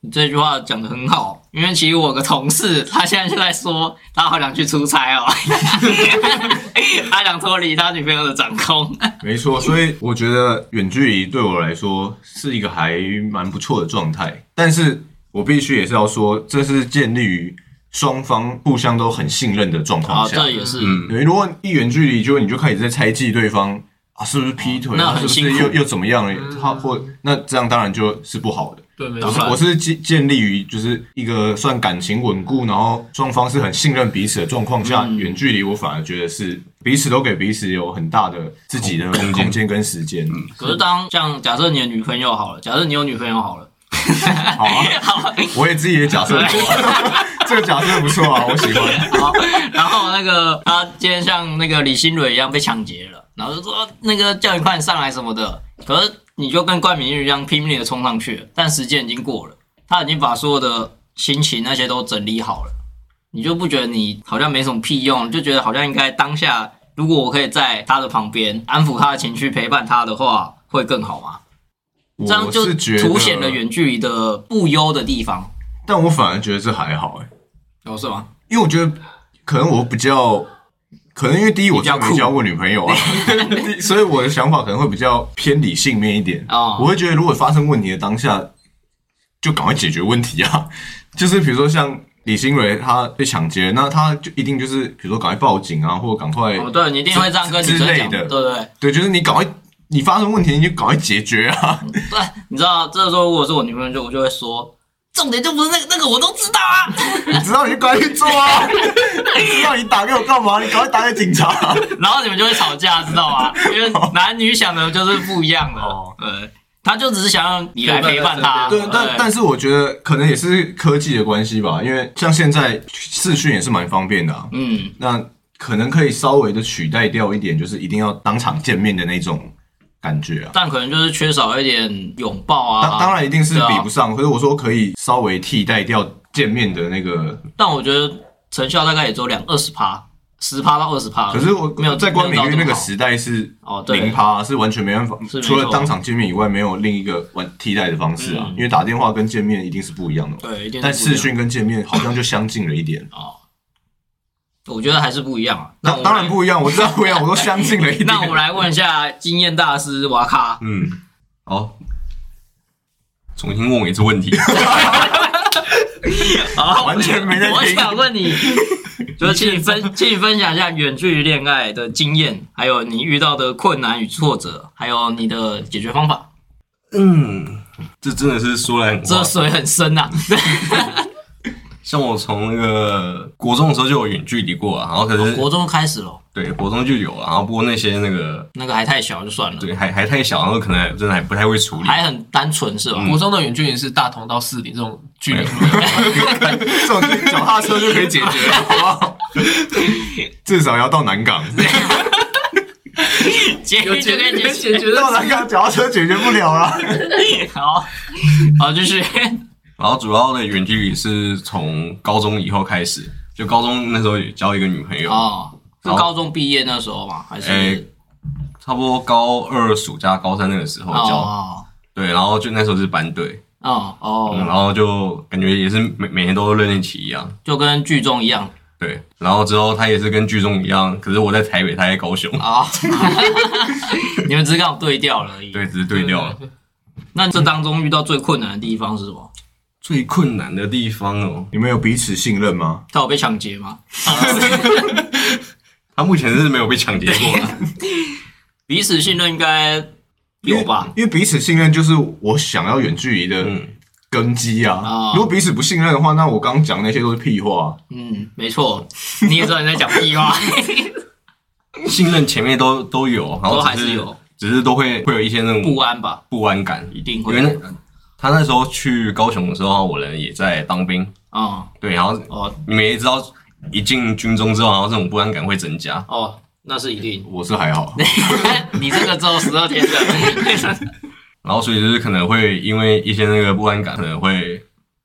A: 你这句话讲的很好，因为其实我有个同事他现在就在说，他好想去出差哦，他想脱离他女朋友的掌控。
C: 没
A: 嗯
C: 错，所以我觉得远距离对我来说是一个还蛮不错的状态，但是我必须也是要说，这是建立于双方互相都很信任的状
A: 啊，
C: 况下
A: 这。也是，
B: 嗯，
C: 对，如果一远距离，就你就开始在猜忌对方啊，是不是劈腿，
A: 那
C: 啊，
A: 很
C: 是不
A: 辛
C: 是
A: 苦嗯
C: 又又怎么样了？他或那这样当然就是不好的。
D: 对，没
A: 当
D: 错
A: 然。
C: 我是建建立于就是一个算感情稳固，然后双方是很信任彼此的状况下，
A: 嗯
C: 远距离我反而觉得是彼此都给彼此有很大的自己的
B: 空间
C: 空间跟时间。
A: 可是当像假设你的女朋友好了，假设你有女朋友好了，
C: 好啊，我也自己也假设过，这个假设不错啊，我喜欢。
A: 好， 然后那个他今天像那个李新蕊一样被抢劫了，然后就说哦那个叫你快点上来什么的，可是你就跟冠冕一样拼命的冲上去了，但时间已经过了，他已经把所有的心情啊那些都整理好了，你就不觉得你好像没什么屁用，就觉得好像应该当下如果我可以在他的旁边安抚他的情绪，陪伴他的话，会更好吗？这样
C: 我
A: 就是
C: 觉得
A: 凸显了远距离的不优的地方，
C: 但我反而觉得这还好哎、
A: 有是吗？
C: 因为我觉得可能我比较，可能因为第一我
A: 比较
C: 真的
A: 酷
C: 没交过女朋 友啊，所以我的想法可能会比较偏理性面一点。
A: 哦
C: 我会觉得如果发生问题的当下，就赶快解决问题啊！ 就是比如说像李新蕊她被抢劫，那她就一定就是比如说赶快报警啊，或者赶快、
A: 哦，对，你一定会这样跟女
C: 之
A: 生
C: 类
A: 讲，对
C: 的
A: 不对？
C: 对，就是你赶快你发生问题你就赶快解决啊！
A: 对，你知道，这时候如果是我女朋友，就我就会说，重点就不是那个那个，我都知道啊。
C: 你知道你就赶快去做啊！ 你知道你打给我干嘛？你赶快打给警察、啊
A: 然后你们就会吵架，知道吗？因为男女想的就是不一样的。
C: 哦
A: 对，他就只是想让你来陪伴他。
C: 对，但但
A: 是
C: 是我觉得可能也是科技的关系吧，因为像现在视讯也是蛮方便的、啊，
A: 嗯，
C: 那可能可以稍微的取代掉一点，就是一定要当场见面的那种感觉啊。
A: 但可能就是缺少一点拥抱啊。
C: 当当然一定是
A: 对啊
C: 比不上，可是我说可以稍微替代掉见面的那个，
A: 但我觉得成效大概也只有两二十趴，十趴到二十趴。
C: 可是我
A: 啊没有
C: 在关美
A: 没有到
C: 玉那
A: 这么
C: 个
A: 好
C: 时代是
A: 哦，对，
C: 零趴、啊是完全没办法
A: 是，没
C: 除了
A: 错
C: 当场见面以外，没有另一个完替代的方式啊，
A: 嗯
C: 因为打电话跟见面一定是不一样的嘛。
A: 对，一定是
C: 但
A: 不一样
C: 视讯跟见面好像就相近了一点。
A: 哦，我觉得还是不一样啊。那我
C: 当
A: 们
C: 当然不一样，我知道不一样，我都相信了一点。
A: 那我们来问一下经验大师瓦卡，
B: 嗯，好，重新问我一次问题。
A: 好，
C: 完全没在听
A: 我想问你，就是请你分，请你分享一下远距离恋爱的经验，还有你遇到的困难与挫折，还有你的解决方法。
B: 嗯，这真的是说来很
A: 这
B: 话
A: 水很深啊呐、
B: 像我从那个国中的时候就有远距离过啊，然后可是、
A: 哦国中开始咯，
B: 对国中就有了，然后不过那些那个
A: 那个还太小就算了，
B: 对还还太小，然后可能还真的还不太会处理。
A: 还很单纯是吧？
D: 国中的远距离是大同到四零这种距离，
C: 这种脚踏车就可以解决了，好 不好？至少要到南港，
A: 结
D: 有
A: 局就可以解决。
D: 解 决
C: 到南港脚踏车解决不了啊啦。
A: 好，好，就是
B: 然后主要的远距离是从高中以后开始，就高中那时候也交一个女朋友，
A: 哦，是
B: 好
A: 高中毕业那时候吗？还是、
B: 哎差不多高二暑假高三那个时候交，
A: 哦
B: 对，然后就那时候是班队，
A: 哦哦，
B: 嗯，然后就感觉也是每每天都热恋期一样，
A: 就跟剧中一样
B: 对，然后之后他也是跟剧中一样，可是我在台北，他在高雄，
A: 啊，哦你们只是刚好对调了而已。
B: 对，只是对调啊了。
A: 那这当中遇到最困难的地方是什么？
B: 最困难的地方哦，
C: 你们有彼此信任吗？
A: 他有被抢劫吗？
B: 他目前是没有被抢劫过啊 啦。
A: 彼此信任应该有吧？
C: 因为彼此信任就是我想要远距离的
B: 嗯，
C: 根基啊
A: 啊。
C: 如果彼此不信任的话，那我刚刚讲那些都是屁话啊。
A: 嗯，没错，你也知道你在讲屁话，
B: 信任前面都都有，然后
A: 都还
B: 只是
A: 是有，
B: 只是都会会有一些那种
A: 不安吧？
B: 不安感，
A: 一定
B: 因
A: 会
B: 为那他那时候去高雄的时候，我人也在当兵，
A: 啊、
B: 对，然后
A: 嗯，哦
B: 你们也知道，一进军中之后，然后这种不安感会增加。
A: 哦，那是一定。
C: 我是还好，
A: 你这个只有十二天的，
B: 然后所以就是可能会因为一些那个不安感，可能会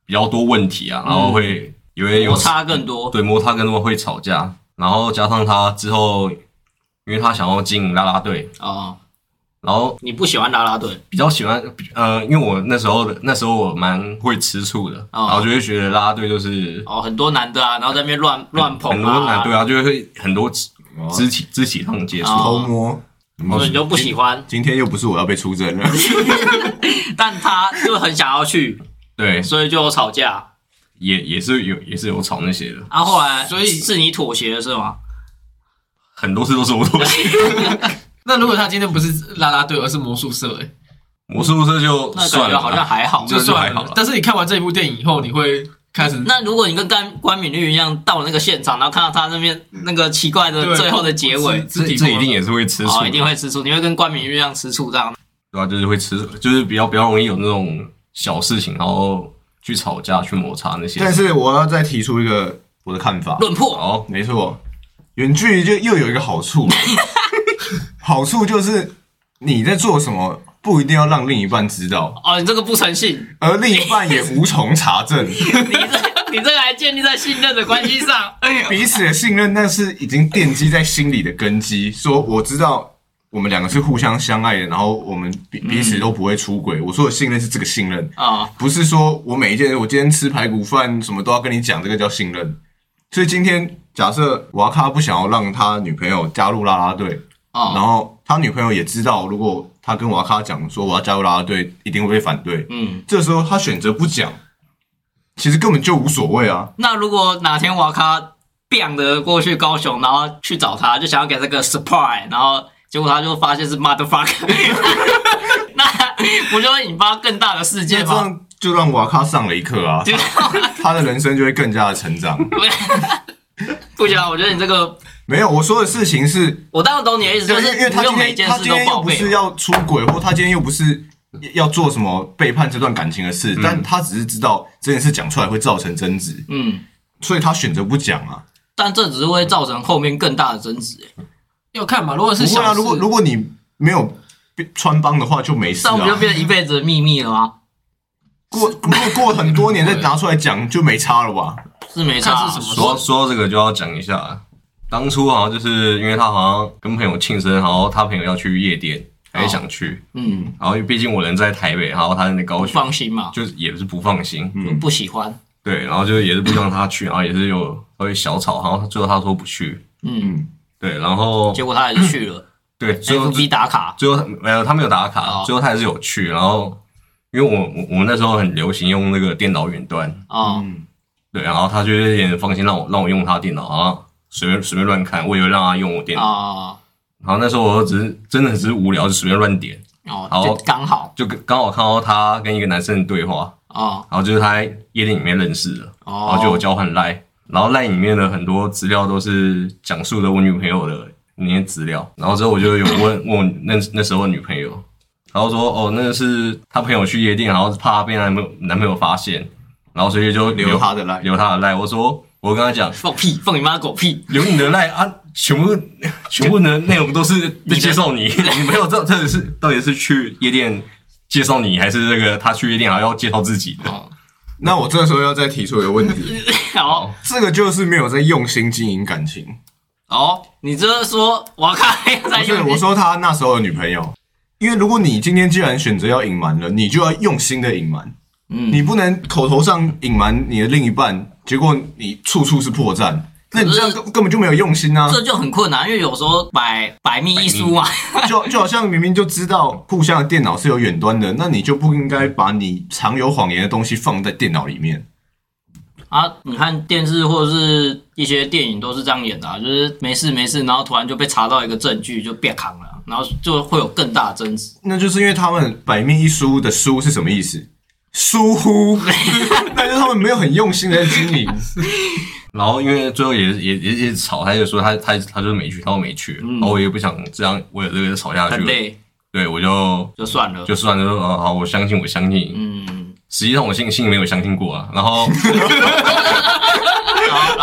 B: 比较多问题啊，然后会有人 有
A: 摩擦更多。
B: 对摩擦跟他们会吵架，然后加上他之后，因为他想要经营啦啦队，
A: 哦，
B: 然后
A: 你不喜欢啦啦队
B: 比较喜欢呃，因为我那时候的那时候我蛮会吃醋的，
A: 哦
B: 然后就会觉得啦啦队就是
A: 哦，很多男的啊，然后在那边乱乱捧啊，
B: 很多男对啊，就会很多肢
C: 哦
B: 肢体肢体上的接触。
A: 哦
C: 偷摸。
A: 所以你就不喜欢，
C: 今天又不是我要被出征了，
A: 但他就很想要去，
B: 对，
A: 所以就吵架。
B: 也也是有也是有吵那些的，
A: 啊，后来
D: 所以
A: 是你妥协了是吗？
B: 很多事都是 我妥协。
D: 那如果他今天不是啦啦队，而是魔术社、欸，
B: 魔术社就
A: 那感
B: 算了
A: 觉
B: 啊，
A: 好像还好
D: 哎，。
B: 这
D: 就
B: 就
D: 算
B: 还好
D: 了
B: 了。
D: 但是你看完这一部电影以后，你会开始
A: 那如果你跟甘关敏玉一样到了那个现场，然后看到他那边那个奇怪的
D: 对
A: 最后的结尾，
D: 肢
B: 这
D: 体
B: 这
D: 不
B: 一
D: 安
B: 定也是会吃醋
A: 哦，
B: 的，
A: 一定会吃醋，你会跟关敏玉一样吃醋这样。
B: 对啊，就是会吃，就是比较比较容易有那种小事情，然后去吵架、去摩擦那些。
C: 但是我要再提出一个我的看法。
A: 论破
B: 好，
C: 没错，远距离就又有一个好处，好处就是你在做什么不一定要让另一半知道，
A: 哦，你这个不诚信，
C: 而另一半也无从查证。
A: 你这你这个还建立在信任的关系 上，
D: 哎
C: 彼此的信任，但是已经奠基在心里的根基。说我知道我们两个是互相相爱的，然后我们彼彼此都不会出轨。我说的信任是这个信任，
A: 啊、
C: 不是说我每一件我今天吃排骨饭什么都要跟你讲，这个叫信任。所以今天假设瓦卡不想要让他女朋友加入啦啦队，
A: 哦
C: 然后他女朋友也知道，如果他跟瓦卡讲说我要加入啦啦队，一定会被反对。
A: 嗯。
C: 这时候他选择不讲，其实根本就无所谓啊。
A: 那如果哪天瓦卡 b 的过去高雄，然后去找他，就想要给他个 surprise，然后结果他就发现是 motherfucker，那不就会引发更大的事
C: 那
A: 件
C: 这
A: 吗？
C: 样就让瓦卡上了一课啊，
A: 就
C: 他的人生就会更加的成长。
A: 不行啊，我觉得你这个，
C: 没有，我说的事情是，
A: 我当然懂你的意思，
C: 因
A: 就
C: 为
A: 是
C: 因为
A: 你
C: 他
A: 不
C: 今
A: 用每
C: 天
A: 件
C: 他
A: 事
C: 今
A: 都
C: 天又
A: 报
C: 不是
A: 备。
C: 要出轨，或他今天又不是要做什么背叛这段感情的事，但他只是知道这件事讲出来会造成争执，
A: 嗯，
C: 所以他选择不讲啊。
A: 但这只是会造成后面更大的争执、欸，
D: 要看嘛，如果是
C: 不会
D: 小
C: 啊，
D: 事，
C: 如果如果你没有被穿帮的话，就没事
A: 这样不就
C: 啊。
A: 变成一辈子的秘密了啊吗？
C: 过如果过很多年再拿出来讲，就没差了吧？
A: 是没差、啊
D: 看是，什么
B: 说说到这个就要讲一下，当初好像就是因为他好像跟朋友庆生，然后他朋友要去夜店，
A: 哦
B: 他也想去，
A: 嗯，
B: 然后因为毕竟我人在台北，然后他在高
A: 不
B: 雄，
A: 放心嘛，
B: 就是也是不放心，
A: 不喜欢，
B: 对，然后就也是不让他去，然后也是有稍微小吵，然后最后他说不去，
A: 嗯，
B: 对，然 后
A: 结果他还是去了
B: 对，最后
A: ，FB 打卡，
B: 最后他没有他没有打卡，
A: 哦
B: 最后他还是有去，然后因为我我我们那时候很流行用那个电脑远端，
A: 哦，
C: 嗯，
B: 对，然后他就有点放心让我让我用他电脑，然后随便随便乱看，我以为让他用我电脑。
A: 哦，
B: 然后那时候我只是真的只是无聊，就随便乱点，
A: 哦，
B: 好
A: 就刚好，
B: 就跟刚好看到他跟一个男生的对话，
A: 哦，
B: 然后就是他在夜店里面认识的，然
A: 哦，
B: 后就有交换赖，然后赖里面的很多资料都是讲述的我女朋友的那些资料，然后之后我就有问问我那那时候的女朋友，然后说哦那是他朋友去夜店，然后怕被男朋友男朋友发现，然后所以就
C: 留他的赖
B: 留他的赖，我说我跟他讲。
A: 放屁，放你妈的狗屁！
B: 留你的赖啊，全部全部的内容都是在介绍你，你 没有这到底是到底是去夜店介绍你，还是那个他去夜店还要介绍自己的？
A: 哦，
C: 那我这时候要再提出一个 问题，
A: 好，
C: 这个就是没有在用心经营感情。
A: 哦，你这是说我看 在
C: 不是，
A: 用
C: 我说他那时候的女朋友，因为如果你今天既然选择要隐瞒了，你就要用心的隐瞒，
A: 嗯
C: 你不能口头上隐瞒你的另一半，结果你处处是破绽，那你这样
A: 可
C: 根根本就没有用心啊！
A: 这就很困难，因为有时候百百密一疏嘛，
C: 就就好像明明就知道互相的电脑是有远端的，那你就不应该把你藏有谎言的东西放在电脑里面。
A: 啊，你看电视或者是一些电影都是这样演的、啊，就是没事没事，然后突然就被查到一个证据就变扛了，然后就会有更大的争执。
C: 那就是因为他们百密一疏的疏是什么意思？疏忽， 那就是他们没有很用心的在经营。
B: 然后因为最后也也也也吵，他就说他他他就是没去，他说没去，然后我也不想这样，我有这个吵下
A: 嗯很
B: 去，
A: 累，
B: 对我就
A: 就算了。
B: 就算了，就说哦好，我相信我相信，
A: 嗯，
B: 实际上我心心里没有相信过啊，然后
A: 然后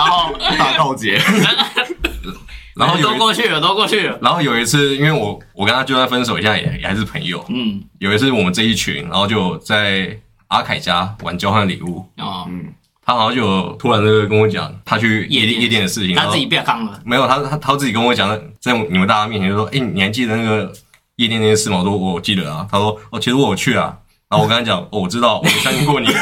A: 然后
C: 大告捷，
B: 然后有
A: 都
B: 一
A: 过去了，都过去了。
B: 然后有一次，因为我我跟他就算分手，现在也也还是朋友，
A: 嗯，
B: 有一次我们这一群，然后就在阿凯家玩交换礼物，
A: 哦，
B: 他好像就有突然就跟我讲他去夜
A: 夜店
B: 店夜店的事情，然
A: 他
B: 后
A: 自己变扛 了。
B: 没有他他他自己跟我讲，在你们大家面前就说，哎、你还记得那个哎夜店那件事吗？我说我我记得啊，他说哦，其实我有去啊，然后我跟他讲，哦，我知道，我没相信过 你、啊，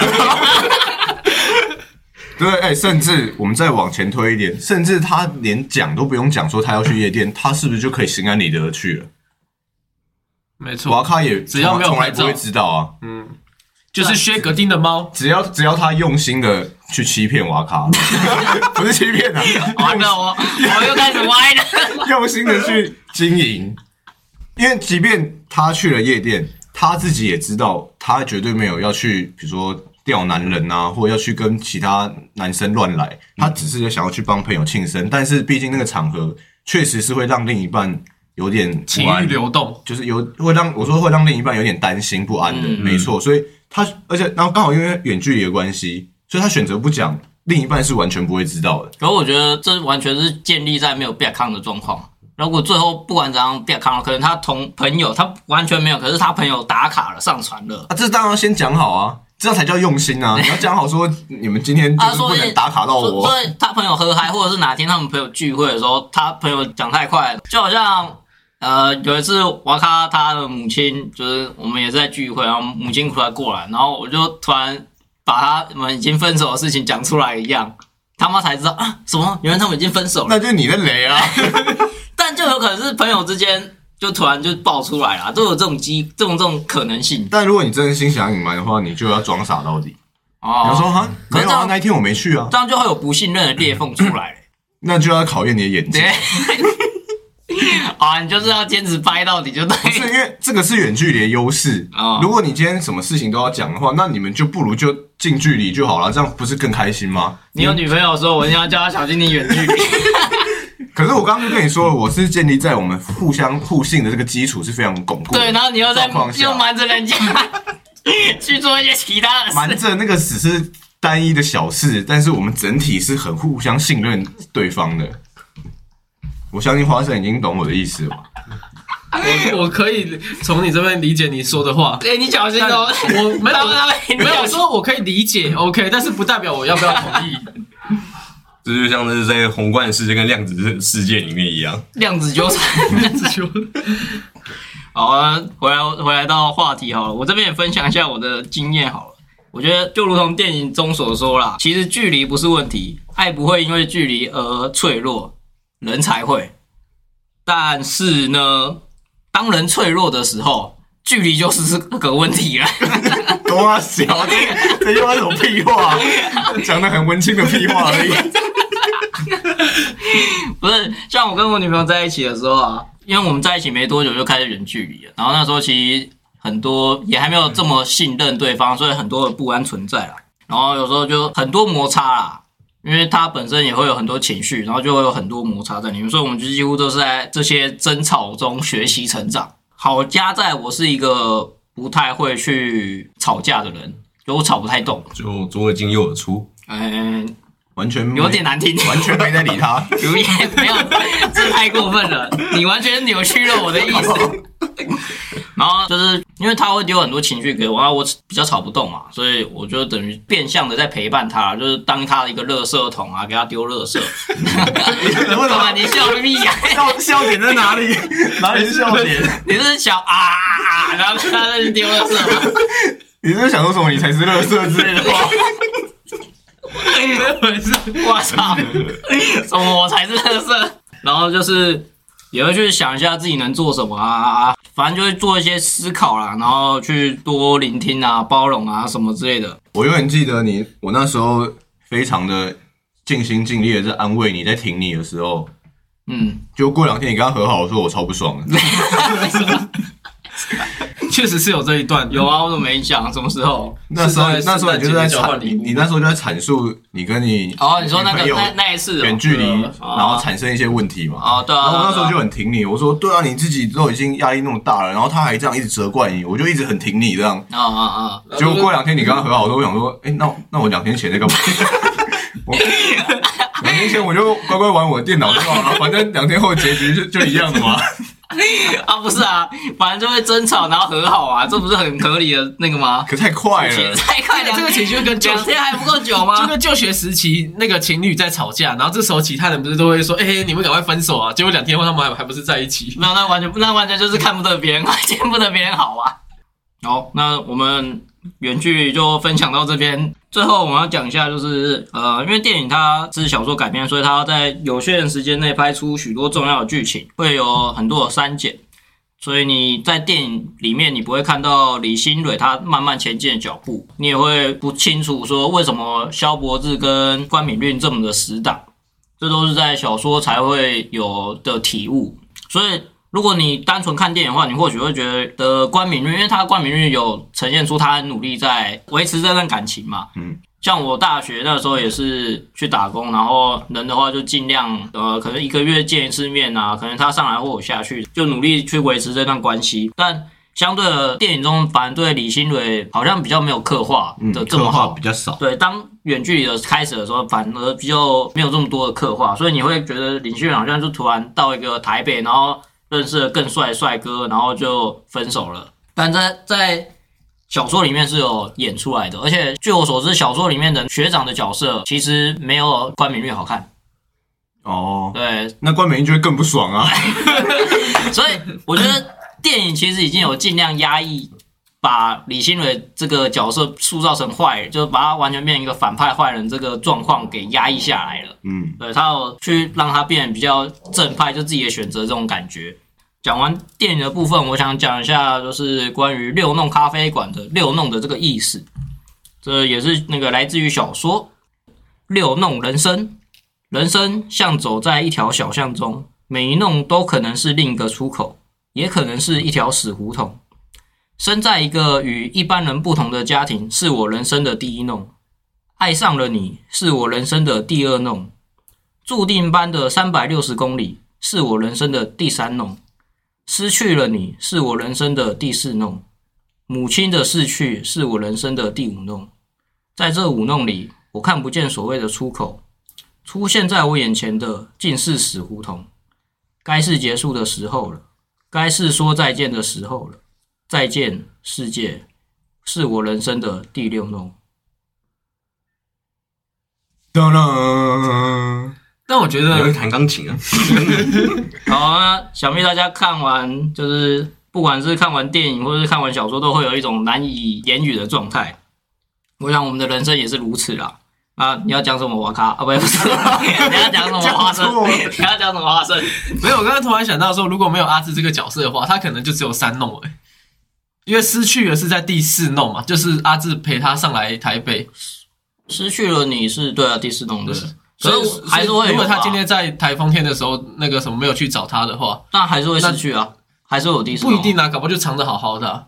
C: 对，哎、甚至我们再往前推一点，甚至他连讲都不用讲，说他要去夜店，他是不是就可以心安理得的去了？
D: 没
C: 瓦
D: 错，
C: 卡也
D: 只要没有
C: 从来
D: 拍
C: 不
D: 照
C: 会知道啊，
D: 就是薛格丁的猫，
C: 只要只要他用心的去欺骗瓦卡， 不是欺 骗啊，
A: 完了，我我又开始歪了。
C: 用心的去经营，因为即便他去了夜店，他自己也知道，他绝对没有要去，比如说钓男人啊，或要去跟其他男生乱来，他只是想要去帮朋友庆生。但是毕竟那个场合确实是会让另一半有点不
D: 情
C: 安
D: 欲 流动，
C: 就是有会让我说会让另一半有点担心不安的，
A: 嗯
C: 没错。所以他而且然后刚好因为远距离的关系，所以他选择不讲，另一半是完全不会知道的。
A: 可我觉得这完全是建立在没有变康的状况。如果最后不管怎样变康了，可能他同朋友他完全没有，可是他朋友打卡了，上传了，
C: 啊，这当然要先讲好啊，这样才叫用心啊！你要讲好说，你们今天就
A: 啊，
C: 是
A: 说
C: 不
A: 不定
C: 能打卡到
A: 说
C: 哦我
A: 所，以他朋友喝嗨，或者是哪天他们朋友聚会的时候，他朋友讲太快了，就好像呃有一次瓦卡他的母亲，就是我们也是在聚会，然后母亲突然过来，然后我就突然把他们已经分手的事情讲出来一样，他妈才知道啊什么，原来他们已经分手了。
C: 那就是你的雷啊！
A: 但就有可能是朋友之间就突然就爆出来了，都有这种机这种这种可能性
C: 但如果你真的心想隐瞒的话，你就要装傻到底。
A: 哦。
C: 你要说哈，
A: 可
C: 没
A: 是
C: 有
A: 这
C: 啊
A: 样，
C: 那一天我没去啊，
A: 这样就会有不信任的裂缝出 来了。
C: 那就要考验你的演 技
A: 对。，啊，你就是要坚持掰到底就对。
C: 不是因为这个是远距离的优势
A: 哦
C: 如果你今天什么事情都要讲的话，那你们就不如就近距离就好了，这样不是更开心吗？
A: 你有女朋友的时候，我一定要叫她小心你远距离。
C: 可是我刚刚就跟你说了，我是建立在我们互相互信的这个基础是非常巩固 的。
A: 对，然后你又在
C: 状况下
A: 又瞒着 人家去做一些其他的
C: 瞒
A: 事。
C: 着那个只是单一的小事，但是我们整体是很互相信任对方的。我相信花生已经懂我的意思了吧。
D: 我我可以从你这边理解你说的 话，
A: 哎、你小心
D: 但
A: 哦、
D: 我没
A: 他们他
D: 有
A: 们
D: 没有说我可以理解 OK，但是不代表我要不要 同意。
B: 这就像是在宏观世界跟量子世界里面一样。
A: 量子纠缠。
D: 啊
A: 好啊，回来回来到话题好了，我这边也分享一下我的经验好了。我觉得就如同电影中所说啦，其实距离不是问题，爱不会因为距离而脆弱，人才会。但是呢，当人脆弱的时候，距离就是这个问题了。
C: 懂啊，小这这又是什么屁话？讲的很文青的屁话而已。
A: 不是，像我跟我女朋友在一起的时候啊，因为我们在一起没多久就开始远距离了，然后那时候其实很多也还没有这么信任对方，所以很多的不安存在啦。然后有时候就很多摩擦啦，因为他本身也会有很多情绪，然后就会有很多摩擦在里面，所以我们就几乎都是在这些争吵中学习成长。好家在我是一个不太会去吵架的人，就我吵不太动，
B: 就左耳进右耳出，
A: 嗯、
C: 完全没
A: 有点，难听，
C: 完全没在理他。
A: 如也 没有，这太过分了，你完全扭曲了我的意思。然后就是因为他会丢很多情绪给我，然后我比较吵不动嘛，所以我就等于变相的在陪伴他，就是当他的一个垃圾桶啊，给他丢垃圾。
C: 为 什
A: 干嘛
C: 么
A: 你笑个屁呀、
C: 笑笑点在哪里？ 哪里是笑点？
A: 你是想啊啊啊，然后他在那边丢垃圾吗？
C: 你是不是想说什么？你才是乐色之类的话？
A: 我操，什么我才是特色？然后就是也会去想一下自己能做什么啊，反正就会做一些思考啦，然后去多聆听啊、包容啊什么之类的。
C: 我永远记得你，我那时候非常的尽心尽力的在安慰你，在挺你的时候，
A: 嗯，
C: 就过两天你跟他和好，我说我超不爽的。
D: 确实是有这一段，
A: 有啊，我怎么没讲？什么时候？
C: 那时候
D: 是在
C: 那时候你就在
D: 圣诞节交
C: 阐
D: 换，礼
C: 你
D: 物
C: 你那时候就在阐述你跟你
A: 哦，你说那个
C: 女朋友
A: 那那一次哦
C: 远距离，
D: 哦
C: 然后产生一些问题嘛。
A: 哦，对啊，
C: 然后我那时
A: 对啊
C: 候就很挺你，我说对啊，你自己都已经压力那么大了，然后他还这样一直责怪你，我就一直很挺你这样。
A: 啊啊啊！
C: 结果过两天你跟他和好，我都想说，哎，那那我两天前在干嘛？ 我两天前我就乖乖玩我的电脑就好了，反正两天后结局就就一样的嘛。
A: 啊，不是啊，反正就会争吵，然后和好啊，这不是很合理的那个吗？
C: 可太快
A: 其 实
C: 了，
A: 再快两
D: 哎这个情绪跟
A: 两天还不够久
D: 就
A: 吗？
D: 跟就学时期那个情侣在吵架，然后这时候其他人不是都会说：“哎、你们赶快分手啊！”结果两天后他们还还不是在一起。
A: 没有，那完全那完全就是看不得别人， 见不得别人好啊。好，那我们远距离就分享到这边。最后我们要讲一下，就是呃，因为电影它是小说改编，所以它要在有限的时间内拍出许多重要的剧情，会有很多的删减。所以你在电影里面，你不会看到李新蕊他慢慢前进的脚步，你也会不清楚说为什么萧伯志跟关敏韵这么的死党，这都是在小说才会有的体悟。所以如果你单纯看电影的话，你或许会觉得关敏律，因为他关敏律有呈现出他很努力在维持这段感情嘛。
C: 嗯，
A: 像我大学那时候也是去打工，然后人的话就尽量呃，可能一个月见一次面啊，可能他上来或我下去，就努力去维持这段关系。但相对的，电影中反而对李新蕊好像比较没有嗯刻画的这么好，
C: 较少。
A: 对，当远距离的开始的时候，反而比较没有这么多的刻画，所以你会觉得林旭好像就突然到一个台北，然后认识了更帅的帅哥，然后就分手了。但在在小说里面是有演出来的，而且据我所知，小说里面的学长的角色其实没有关敏玉好看。
C: 哦，
A: 对，
C: 那关美英就会更不爽啊。
A: 所以我觉得电影其实已经有尽量压抑，把李新蕊这个角色塑造成坏人，就是把他完全变成一个反派坏人这个状况给压抑下来了。
C: 嗯，
A: 对他有去让他变比较正派，就自己的选择这种感觉。讲完电影的部分，我想讲一下就是关于六弄咖啡馆的六弄的这个意思，这也是那个来自于小说六弄人生，人生像走在一条小巷中，每一弄都可能是另一个出口，也可能是一条死胡同。生在一个与一般人不同的家庭，是我人生的第一弄；爱上了你，是我人生的第二弄。注定般的三百六十公里是我人生的第三弄，失去了你是我人生的第四弄，母亲的逝去是我人生的第五弄。在这五弄里，我看不见所谓的出口，出现在我眼前的尽是死胡同。该是结束的时候了，该是说再见的时候了。再见，世界，是我人生的第六弄。
C: 当当，
D: 但我觉
B: 你会
D: 得
B: 弹钢琴啊？
A: 好，那想必啊大家看完就是不管是看完电影或者是看完小说，都会有一种难以言语的状态。我想我们的人生也是如此啦。啊，你要讲什么瓦卡啊？不，不 是，你要讲什么花生
C: 讲错？
A: 你要讲什么花生？
D: 没有，我刚刚突然想到说，如果没有阿志这个角色的话，他可能就只有三弄哎、因为失去的是在第四弄嘛，就是阿志陪他上来台北，
A: 失去了你是对啊，第四栋的
D: 对，
A: 可
D: 所以
A: 是还是
D: 所以
A: 会有吧啊
D: 如果他今天在台风天的时候，那个什么没有去找他的话，
A: 但还是会失去啊，还是会有第四
D: 不
A: 栋。
D: 一定啊，搞不好就藏得好好的啊、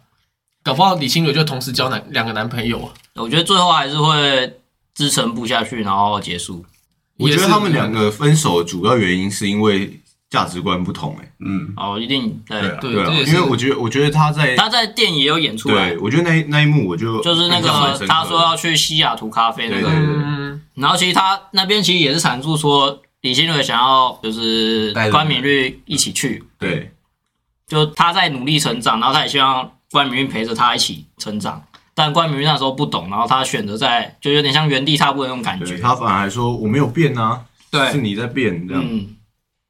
D: 搞不好李清蕊就同时交男两个男朋友啊。
A: 我觉得最后还是会支撑不下去，然后结束。
C: 我觉
D: 也
C: 得
D: 是
C: 他们两个分手的主要原因是因为价值观不同、欸，哎，
B: 嗯，
A: 哦，一定
B: 对
A: 对
B: 啊。
D: 对，
C: 对
D: 这
C: 啊，
D: 也是
C: 因为我觉得，我觉得他在，
A: 他在电影也有演出啊来
C: 对，我觉得那一那一幕我就
A: 就是那
C: 印象蛮深刻
A: 个
C: 的
A: 他说要去西雅图咖啡那
C: 对
A: 个
C: 对，
D: 嗯，
A: 然后其实他那边其实也是阐述说，李新蕊想要就是
B: 带着
A: 关敏律一起去，
C: 对，
A: 就他在努力成长，然后他也希望关敏律陪着他一起成长。但关敏律那时候不懂，然后他选择在就有点像原地踏步的那种感
C: 对
A: 觉。
C: 他反而还说我没有变啊，是
A: 对，
C: 你在变这样，
A: 嗯，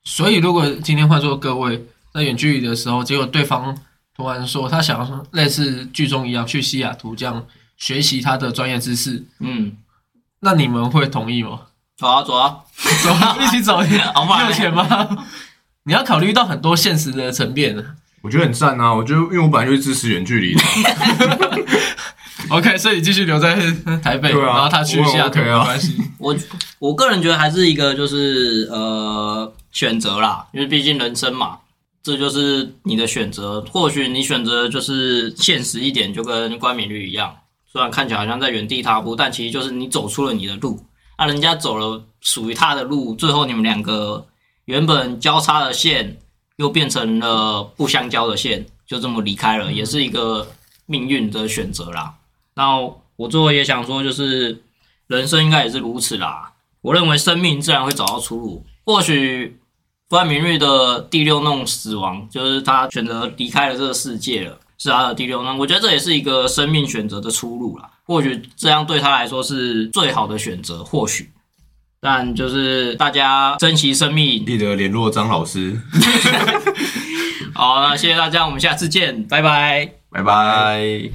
D: 所以如果今天换做各位在远距离的时候，结果对方突然说他想要类似剧中一样去西雅图这样学习他的专业知识，
A: 嗯，
D: 那你们会同意 吗？
A: 走啊走啊，
D: 走，一起走，
A: 好吧
D: 没有钱吗？你要考虑到很多现实的层面啊。
C: 我觉得很赞啊，我觉得因为我本来就是支持远 距离的，
D: OK，所以你继续留在台北，
C: 对啊
D: 然后他去西雅图
C: 我很 OK
D: 没
C: 啊
D: 关系。
A: 我我个人觉得还是一个就是呃选择啦，因为毕竟人生嘛，这就是你的选择。或许你选择就是现实一点，就跟关敏律一样，虽然看起来好像在原地踏步，但其实就是你走出了你的路，那、人家走了属于他的路，最后你们两个原本交叉的线又变成了不相交的线，就这么离开了，也是一个命运的选择啦。那我最后也想说，就是人生应该也是如此啦。我认为生命自然会找到出路。或许关明日的第六弄死亡，就是他选择离开了这个世界了，是他的第六弄。我觉得这也是一个生命选择的出路啦。或许这样对他来说是最好的选择，或许。但就是大家珍惜生命。
C: 记得联络张老师，
A: 好，那谢谢大家，我们下次见，拜拜。
B: 拜拜。